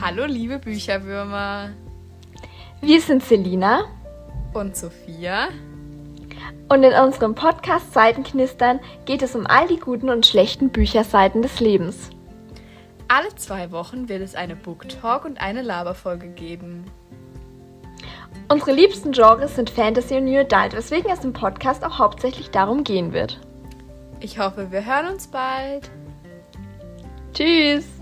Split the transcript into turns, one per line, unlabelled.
Hallo, liebe Bücherwürmer
Wir sind Selina
und Sophia.
und in unserem Podcast Seitenknistern geht es um all die guten und schlechten Bücherseiten des Lebens.
Alle zwei Wochen wird es eine Book Talk und eine Laberfolge geben.
Unsere liebsten Genres sind Fantasy und New Adult, weswegen es im Podcast auch hauptsächlich darum gehen wird.
Ich hoffe, wir hören uns bald.
Tschüss!